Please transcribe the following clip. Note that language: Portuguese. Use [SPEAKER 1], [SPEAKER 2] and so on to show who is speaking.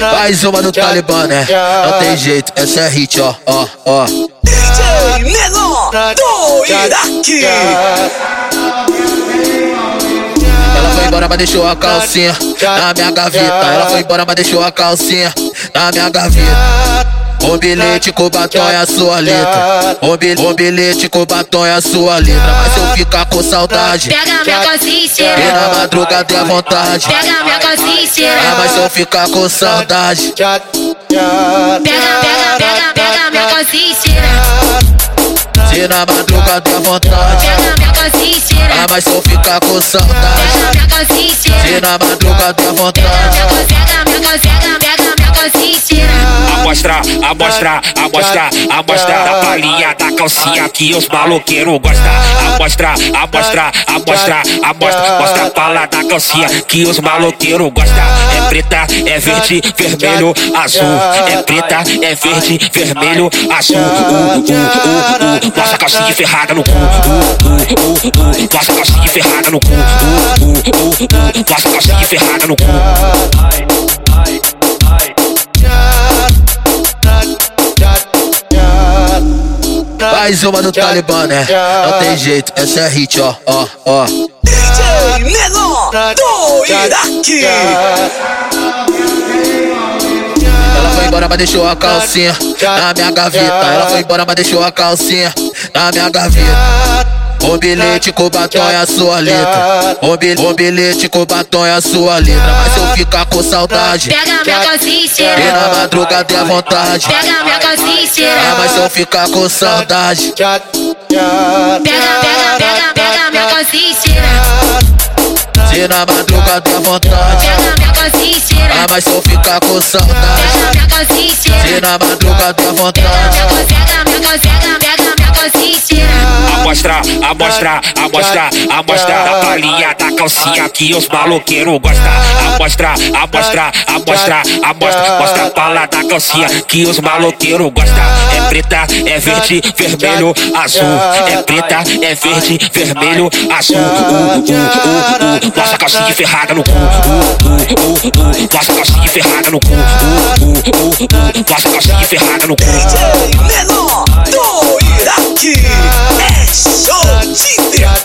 [SPEAKER 1] mais uma do Talibã, né? Não tem jeito, essa é hit, ó, ó, ó.
[SPEAKER 2] DJ Menor do Iraque.
[SPEAKER 1] Ela foi embora, mas deixou a calcinha na minha gaveta. Ela foi embora, mas deixou a calcinha na minha gaveta. Um bilhete com batom é a sua letra. Um, bil- um bilhete com batom é a sua letra. Mas se eu ficar com saudade,
[SPEAKER 3] Pega minha calcinha
[SPEAKER 1] e
[SPEAKER 3] inteira.
[SPEAKER 1] na madrugada tem a vontade.
[SPEAKER 3] Pega minha calcinha
[SPEAKER 1] Ah,
[SPEAKER 3] inteira.
[SPEAKER 1] mas se eu ficar com saudade,
[SPEAKER 3] Pega, pega, pega, pega minha calcinha inteira.
[SPEAKER 1] se na madrugada tem a vontade.
[SPEAKER 3] Pega minha calcinha
[SPEAKER 1] Ah,
[SPEAKER 3] inteira.
[SPEAKER 1] mas se eu ficar com saudade,
[SPEAKER 3] Pega minha calcinha
[SPEAKER 1] se
[SPEAKER 3] inteira.
[SPEAKER 1] na madrugada tem a vontade.
[SPEAKER 3] Pega minha calcinha, pega, pega minha calcinha inteira.
[SPEAKER 4] Amostra, amostra, amostra, amostra da palhinha da calcinha que os maloqueiros gostam. Amostra, amostra, amostra, amostra, mostra a pala da calcinha que os maloqueiros gostam. É preta, é verde, vermelho, azul. É preta, é verde, vermelho, azul. Uh, uh, uh, uh, uh. Nossa calcinha ferrada no cu. Uh, uh, uh, uh. Nossa calcinha ferrada no cu. Uh, uh, uh, uh. Nossa calcinha ferrada no cu.
[SPEAKER 1] Mais uma do Talibã, né? Não tem jeito, essa é hit, ó, ó, ó.
[SPEAKER 2] DJ Menor do Iraque.
[SPEAKER 1] Ela foi embora, mas deixou a calcinha na minha gaveta. Ela foi embora, mas deixou a calcinha na minha gaveta. Um bilhete com batom é a sua letra. Um, bil- um bilhete com batom é a sua letra. Mas se eu ficar com saudade,
[SPEAKER 3] Pega minha calcinha
[SPEAKER 1] e na
[SPEAKER 3] inteira.
[SPEAKER 1] madrugada tem a vontade.
[SPEAKER 3] Pega minha calcinha
[SPEAKER 1] Ah, mas se
[SPEAKER 3] inteira.
[SPEAKER 1] eu ficar com saudade,
[SPEAKER 3] Pega, pega, pega, pega minha calcinha inteira.
[SPEAKER 1] se na madrugada tem a vontade.
[SPEAKER 3] Pega minha calcinha
[SPEAKER 1] Ah,
[SPEAKER 3] inteira.
[SPEAKER 1] mas se eu ficar com saudade,
[SPEAKER 3] Pega minha calcinha
[SPEAKER 1] se
[SPEAKER 3] inteira.
[SPEAKER 1] na madrugada tem a vontade.
[SPEAKER 3] Pega minha calcinha, pega minha calcinha inteira.
[SPEAKER 4] Amostra, amostra, amostra, amostra da palhinha da calcinha que os maloqueiros gostam. Amostra, amostra, amostra, amostra, mostra a pala da calcinha que os maloqueiros gostam. É preta, é verde, vermelho, azul. É preta, é verde, vermelho, azul. Uh, uh, uh, uh, uh. Nossa calcinha ferrada no cu. Uh, uh, uh, uh. Nossa calcinha ferrada no cu. Uh, uh, uh, uh. Nossa calcinha ferrada no cu.
[SPEAKER 2] DJ Menor do Iraque. É show de verdade.